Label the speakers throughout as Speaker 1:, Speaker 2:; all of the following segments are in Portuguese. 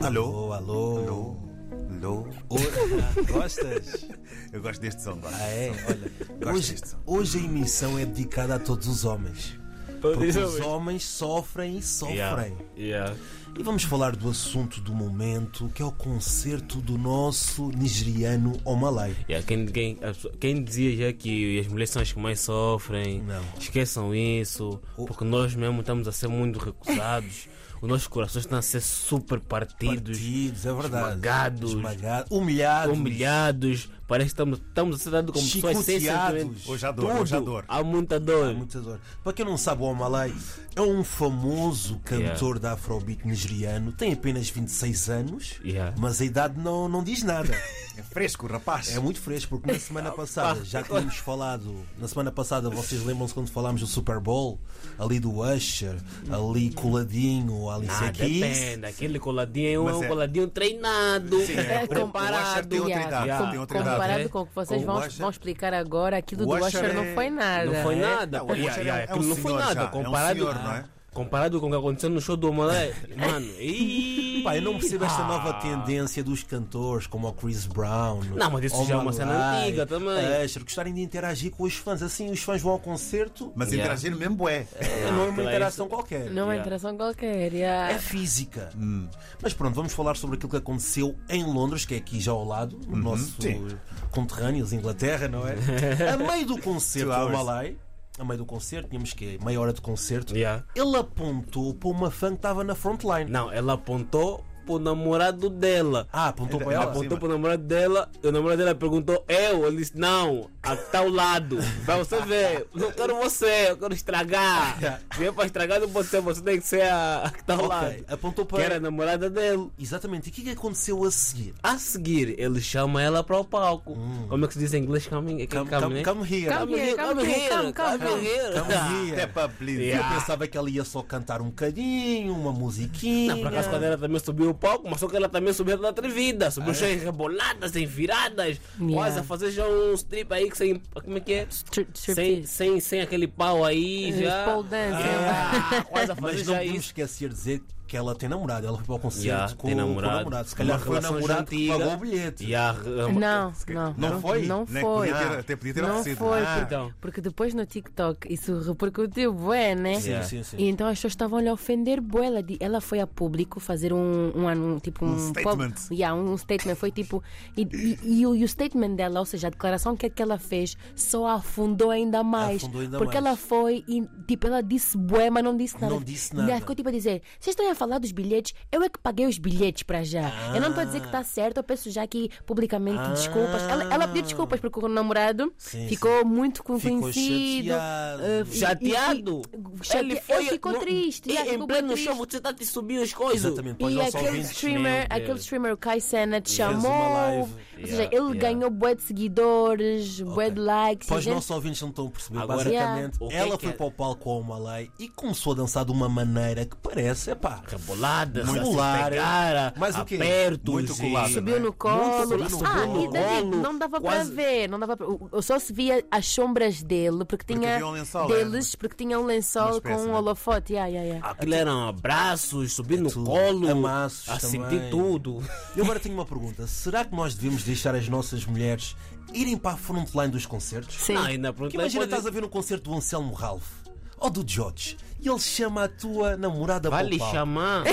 Speaker 1: Alô?
Speaker 2: Alô, alô.
Speaker 1: Alô? Alô?
Speaker 2: Hoje, gostas?
Speaker 1: Eu gosto deste som, gosto
Speaker 2: Ah, é?
Speaker 1: deste som.
Speaker 2: Olha,
Speaker 1: Gosto
Speaker 2: hoje,
Speaker 1: disto.
Speaker 2: hoje a emissão é dedicada a todos os homens. Porque os homens sofrem e sofrem.
Speaker 3: Yeah.
Speaker 2: E vamos falar do assunto do momento, que é o concerto do nosso nigeriano Omalai.
Speaker 3: Yeah, quem, quem, as pessoas- quem dizia já que as mulheres são as que mais sofrem,
Speaker 2: Não.
Speaker 3: esqueçam isso,
Speaker 2: O-
Speaker 3: porque nós mesmo estamos a ser muito recusados, os nossos corações estão a ser super partidos,
Speaker 2: Partidos, é verdade.
Speaker 3: esmagados,
Speaker 2: Esmagados, humilhados,
Speaker 3: humilhados, parece que estamos, estamos a ser dados como pessoas sem
Speaker 2: Chicoteados.
Speaker 3: sentimento.
Speaker 1: Hoje há dor, hoje há dor.
Speaker 3: Há muita dor.
Speaker 2: Há muitas horas. Para quem não sabe, o Omalai é um famoso cantor da Afrobeat nigeriano, tem apenas 26 anos,
Speaker 3: Yeah.
Speaker 2: mas a idade não, não diz nada.
Speaker 1: É fresco, rapaz.
Speaker 2: É muito fresco, porque na semana passada já tínhamos falado. Na semana passada, vocês lembram-se quando falámos do Super Bowl? Ali do Usher, ali coladinho, ali
Speaker 3: Ah,
Speaker 1: é
Speaker 2: sequinho.
Speaker 3: depende, aquele coladinho é
Speaker 1: Mas
Speaker 3: um
Speaker 1: é-
Speaker 3: coladinho treinado,
Speaker 1: é, com- o Usher
Speaker 3: comparado.
Speaker 1: tem outra
Speaker 4: Yeah.
Speaker 1: idade,
Speaker 3: Yeah.
Speaker 1: tem outra idade.
Speaker 4: Comparado
Speaker 3: né?
Speaker 4: com o que vocês
Speaker 1: Com o
Speaker 4: vão,
Speaker 1: Usher-
Speaker 4: vão explicar agora, aquilo
Speaker 1: o
Speaker 4: do
Speaker 1: Usher
Speaker 4: Usher não
Speaker 1: é-
Speaker 4: foi nada.
Speaker 3: Não foi
Speaker 1: É,
Speaker 3: nada.
Speaker 1: não, o
Speaker 3: Yeah,
Speaker 1: Usher é um-
Speaker 3: yeah,
Speaker 1: é um
Speaker 3: aquilo não foi
Speaker 1: senhor já, é
Speaker 3: nada.
Speaker 1: um
Speaker 3: Comparado,
Speaker 1: senhor, não é?
Speaker 3: comparado com o que aconteceu no show do Omalé, mano. ih,
Speaker 2: Pá, eu não percebo esta
Speaker 3: ah.
Speaker 2: nova tendência dos cantores como o Chris Brown.
Speaker 3: Não, mas isso
Speaker 2: ou
Speaker 3: já é uma cena
Speaker 2: Malai,
Speaker 3: antiga também.
Speaker 2: Usher, gostarem de interagir com os fãs. Assim, os fãs vão ao concerto,
Speaker 1: Mas
Speaker 3: Yeah.
Speaker 1: interagir mesmo bué.
Speaker 2: é não é uma
Speaker 3: claro,
Speaker 2: interação qualquer.
Speaker 4: Não é uma
Speaker 3: Yeah.
Speaker 4: interação qualquer. yeah.
Speaker 2: É física. Hum. Mas pronto, vamos falar sobre aquilo que aconteceu em Londres, que é aqui já ao lado,
Speaker 3: Uhum.
Speaker 2: no nosso
Speaker 1: Sim.
Speaker 2: conterrâneos, Inglaterra, não é? a meio do concerto,
Speaker 1: Two
Speaker 2: o
Speaker 1: hours.
Speaker 2: Malai, a meio do concerto, tínhamos que é meia hora de concerto,
Speaker 3: Yeah.
Speaker 2: ele apontou para uma fã que estava na frontline.
Speaker 3: Não, ela apontou pro namorado dela.
Speaker 2: Ah, apontou para
Speaker 1: Ela
Speaker 2: ela?
Speaker 1: apontou-
Speaker 3: Apontou pro namorado dela, e o namorado dela perguntou, eu? Ele disse, não, a que tá ao lado. Pra você ver, eu não quero você, eu quero estragar.
Speaker 2: Yeah.
Speaker 3: Se é pra estragar, não pode ser, você tem que ser a, a que tá ao
Speaker 2: Ok, É
Speaker 3: lado.
Speaker 2: Apontou
Speaker 3: Que era a
Speaker 2: para.
Speaker 3: namorada dele.
Speaker 2: Exatamente. E o que, que aconteceu a seguir?
Speaker 3: A seguir, ele chama ela para o palco. Como é né? que se diz em inglês? Coming,
Speaker 2: Hum. Come, come, come here.
Speaker 4: Come here, come here, come, come, come.
Speaker 2: Come here.
Speaker 1: Até para apelido.
Speaker 2: Eu
Speaker 3: Yeah.
Speaker 2: pensava que ela ia só cantar um bocadinho, uma musiquinha.
Speaker 3: Não, por acaso quando ela também subiu o palco, mas só que ela também subiu toda atrevida.
Speaker 2: Ah, é?
Speaker 3: Subiu cheia de reboladas, em viradas,
Speaker 4: Yeah.
Speaker 3: quase a fazer já um strip aí que sem. Como é que é?
Speaker 4: Stri-
Speaker 3: Sem,
Speaker 4: striptease.
Speaker 3: sem, sem aquele pau aí já.
Speaker 4: É, Pole dance. é.
Speaker 3: Yeah, quase a fazer
Speaker 2: Mas não
Speaker 3: já é
Speaker 2: podemos
Speaker 3: isso.
Speaker 2: esquecer de dizer que ela tem namorado. Ela foi para o concerto
Speaker 3: Yeah,
Speaker 2: com,
Speaker 3: tem
Speaker 2: com
Speaker 3: namorado.
Speaker 2: o namorado. Se calhar
Speaker 3: Uma
Speaker 2: foi o
Speaker 3: relação
Speaker 2: namorado que
Speaker 3: antiga.
Speaker 2: pagou o bilhete.
Speaker 3: Yeah,
Speaker 4: Não, não, não.
Speaker 1: Não foi?
Speaker 4: Não
Speaker 1: Nem
Speaker 4: foi.
Speaker 1: podia ter- até podia ter
Speaker 4: não
Speaker 1: oferecido.
Speaker 4: foi,
Speaker 1: Ah.
Speaker 3: Então.
Speaker 4: porque depois no TikTok isso repercutiu bué, né?
Speaker 2: Sim,
Speaker 3: Yeah.
Speaker 2: sim, sim.
Speaker 4: E então as pessoas estavam a lhe ofender bué. Ela, di- ela foi a público fazer um, um, anu- tipo um,
Speaker 1: Um
Speaker 4: pub-
Speaker 1: statement.
Speaker 4: yeah, um statement. Foi tipo. E, e- e o, e o statement dela, ou seja, a declaração que, que ela fez, só afundou ainda mais.
Speaker 2: Afundou ainda
Speaker 4: porque
Speaker 2: mais.
Speaker 4: ela foi e tipo, ela disse bué, mas não disse nada.
Speaker 2: Não disse
Speaker 4: E
Speaker 2: nada.
Speaker 4: ela ficou tipo a dizer: vocês estão a falar dos bilhetes, eu é que paguei os bilhetes para já. Eu não estou a dizer que está certo, eu peço já aqui publicamente
Speaker 2: Ah.
Speaker 4: desculpas. Ela, ela pediu desculpas porque o namorado
Speaker 2: Sim,
Speaker 4: ficou muito convencido.
Speaker 2: chateado.
Speaker 4: eh, e- e-
Speaker 3: Chateado.
Speaker 4: e- chate- Ele, ficou
Speaker 3: no-
Speaker 4: triste.
Speaker 3: e
Speaker 4: já
Speaker 3: em
Speaker 4: ficou bem
Speaker 3: pleno
Speaker 4: triste.
Speaker 3: show você tá está te subindo as coisas.
Speaker 2: Exatamente. Pois
Speaker 4: E
Speaker 2: não só
Speaker 4: aquele
Speaker 2: ouvintes.
Speaker 4: streamer,
Speaker 3: Meu
Speaker 4: aquele
Speaker 3: Deus.
Speaker 4: streamer, o Kai Senat,
Speaker 2: uma
Speaker 4: chamou. Ou
Speaker 2: live.
Speaker 4: seja,
Speaker 3: Yeah,
Speaker 4: ele
Speaker 3: yeah.
Speaker 4: ganhou bué de seguidores, bué de likes. e
Speaker 2: Pois
Speaker 4: gente-
Speaker 2: não só ouvintes não estão a perceber.
Speaker 3: Agora,
Speaker 2: Basicamente,
Speaker 3: o que é
Speaker 2: ela
Speaker 3: que
Speaker 2: foi
Speaker 3: é?
Speaker 2: para o palco com o Malay e começou a dançar de uma maneira que parece, epá,
Speaker 3: Reboladas,
Speaker 2: Muito
Speaker 3: a é se
Speaker 2: lara.
Speaker 3: pegar,
Speaker 2: Mas o quê?
Speaker 3: apertos.
Speaker 1: Muito
Speaker 3: e-
Speaker 1: colado, não é?
Speaker 4: Subiu no colo.
Speaker 3: subiu no
Speaker 4: ah,
Speaker 3: colo.
Speaker 4: e David, não dava para
Speaker 3: Quase-
Speaker 4: ver. Não dava pra... o- o- Só se via as sombras dele, porque tinha.
Speaker 1: havia um lençol,
Speaker 4: deles, porque tinha um lençol
Speaker 1: Uma espécie,
Speaker 4: com um
Speaker 1: né?
Speaker 4: holofote. Yeah, yeah, yeah.
Speaker 3: Aquilo eram abraços, subir um no
Speaker 2: É tudo.
Speaker 3: colo,
Speaker 2: Amassos
Speaker 3: a
Speaker 2: também.
Speaker 3: sentir tudo.
Speaker 2: Eu agora tenho uma pergunta. Será que nós devemos deixar as nossas mulheres irem para a frontline dos concertos?
Speaker 4: Sim.
Speaker 3: Não, ainda
Speaker 2: Porque
Speaker 3: pronto,
Speaker 2: imagina
Speaker 3: aí pode-
Speaker 2: estás a ver um concerto do Anselmo Ralph ou do George e ele chama a tua namorada
Speaker 3: Vai
Speaker 2: para
Speaker 3: lhe
Speaker 2: o palco.
Speaker 3: chamar.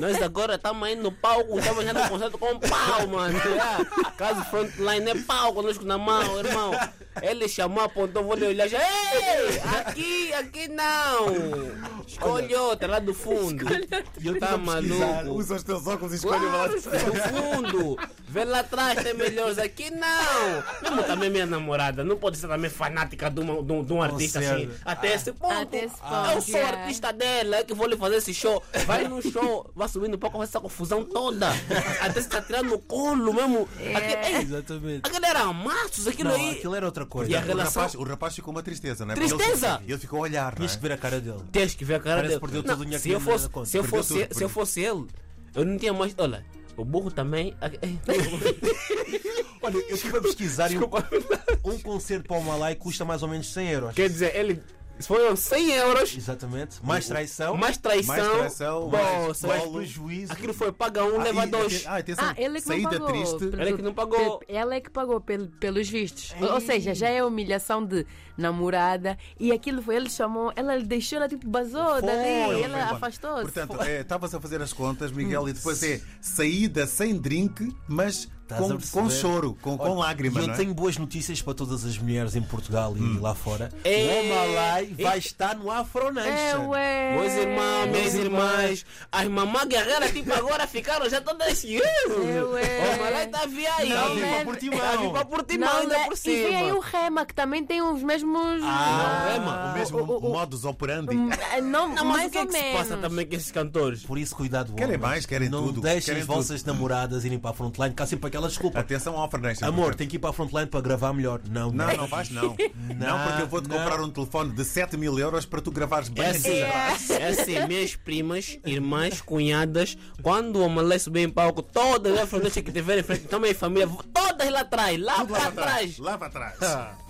Speaker 3: Nós agora estamos indo no palco, estamos já no concerto com pau, mano. É. Caso frontline é pau conosco na mão, irmão. Ele chamou, apontou, vou lhe olhar já. Ei, aqui, aqui não. Escolhe outra lá do fundo.
Speaker 2: E eu tive a
Speaker 3: Tá
Speaker 2: pesquisar.
Speaker 3: maluco.
Speaker 1: Usa os teus óculos e escolhe uma lá.
Speaker 3: Claro, no fundo. Vê lá atrás, tem melhores aqui, não. Mesmo também é minha namorada, não pode ser também fanática de, uma, de um, de um artista assim.
Speaker 2: certo.
Speaker 3: Até esse ponto.
Speaker 4: Ah, Até esse
Speaker 3: Eu
Speaker 4: ponto,
Speaker 3: sou
Speaker 4: yeah.
Speaker 3: artista dela, é que vou lhe fazer esse show. Vai no show, vai subir no palco, vai essa confusão toda. Até se tá tirando no colo mesmo.
Speaker 4: É.
Speaker 3: Aqui, ei,
Speaker 2: Exatamente.
Speaker 3: aquilo era amassos, aquilo
Speaker 2: Não,
Speaker 3: aí.
Speaker 2: aquilo era outra coisa.
Speaker 3: E a
Speaker 1: O
Speaker 3: relação-
Speaker 1: rapaz- O rapaz ficou uma tristeza, não é? Porque
Speaker 3: Tristeza?
Speaker 1: Ele, ele ficou a olhar, não é?
Speaker 2: Tens que ver a cara dele.
Speaker 3: Tens que ver a cara
Speaker 2: Parece
Speaker 3: dele.
Speaker 2: que perdeu
Speaker 3: Não,
Speaker 2: todo o dinheiro
Speaker 3: se
Speaker 2: que
Speaker 3: eu
Speaker 2: tinha na
Speaker 3: fosse,
Speaker 2: conta.
Speaker 3: se eu
Speaker 1: Perdeu
Speaker 3: fosse,
Speaker 1: tudo,
Speaker 3: se eu
Speaker 1: perdeu.
Speaker 3: fosse ele, eu não tinha mais. Olha, o burro também.
Speaker 2: Olha, eu estive a pesquisar e um, um concerto para o Malai custa mais ou menos 100 euros.
Speaker 3: Quer dizer, ele Foram 100 euros,
Speaker 2: Exatamente. Mais traição.
Speaker 3: Então, mais traição.
Speaker 1: Mais traição, mais-
Speaker 3: bolsa.
Speaker 2: mais prejuízo.
Speaker 3: Aquilo foi paga um,
Speaker 1: Ah, e-
Speaker 3: leva dois.
Speaker 1: Ah, atenção.
Speaker 4: Ah, ele é que não
Speaker 1: Saída
Speaker 4: pagou.
Speaker 1: triste.
Speaker 3: Ela é que não pagou.
Speaker 4: Pe- Ela é que pagou pel- pelos vistos. Ou- Ou seja, já é humilhação de namorada. E aquilo foi, ele chamou, ela deixou, ela tipo basou
Speaker 1: Foi,
Speaker 4: dali,
Speaker 1: foi
Speaker 4: ela
Speaker 1: embora.
Speaker 4: afastou-se. Hum.
Speaker 1: Portanto, é, estavas a fazer as contas, Miguel, e depois é saída sem drink, mas
Speaker 2: Estás a
Speaker 1: com,
Speaker 2: perceber?
Speaker 1: com choro, com, com
Speaker 2: Olha,
Speaker 1: lágrima.
Speaker 2: e Eu
Speaker 1: não é?
Speaker 2: tenho boas notícias para todas as mulheres em Portugal e lá fora. É.
Speaker 3: Ei,
Speaker 2: Hum. o Omalai vai
Speaker 3: ei.
Speaker 2: estar no Afro
Speaker 4: É,
Speaker 2: Nation.
Speaker 4: ué.
Speaker 3: Meus irmãos, minhas
Speaker 2: Meus
Speaker 3: irmãs, as mamãs guerreiras, tipo, agora ficaram já todas assim.
Speaker 4: Eu, é.
Speaker 3: O Malai tá vi aí.
Speaker 4: Não,
Speaker 3: Tá vi pra
Speaker 4: man.
Speaker 3: Portimão. Tá vi pra Portimão
Speaker 4: Não,
Speaker 3: ainda
Speaker 4: né?
Speaker 3: por
Speaker 4: E vem aí o
Speaker 3: cima.
Speaker 4: Rema, que também tem os mesmos.
Speaker 2: um
Speaker 3: Ah,
Speaker 1: É,
Speaker 3: é,
Speaker 1: mano, o mesmo modus operandi.
Speaker 4: Ah, Não,
Speaker 3: Não, mas
Speaker 4: mais
Speaker 3: o que é
Speaker 4: ou
Speaker 3: que se
Speaker 4: menos.
Speaker 3: passa também com esses cantores?
Speaker 2: Por isso, cuidado.
Speaker 1: Querem
Speaker 2: homens.
Speaker 1: mais, querem
Speaker 2: Não
Speaker 1: tudo,
Speaker 2: deixem
Speaker 1: querem
Speaker 2: as vossas namoradas irem para a frontline, cá sempre aquela desculpa.
Speaker 1: Atenção ao Fernandes.
Speaker 2: Amor, tem que ir para a frontline para gravar melhor. Não,
Speaker 1: Não, não vais, não. não, porque eu vou-te
Speaker 2: não.
Speaker 1: comprar um telefone de 7 mil euros para tu gravares bem
Speaker 3: É
Speaker 1: aqui.
Speaker 3: assim, é assim, minhas primas, irmãs, cunhadas, quando o Malé subir em palco, então todas as famílias que tiverem em frente, também família, todas lá atrás, lá pra trás.
Speaker 2: Ah.
Speaker 1: Lá para trás.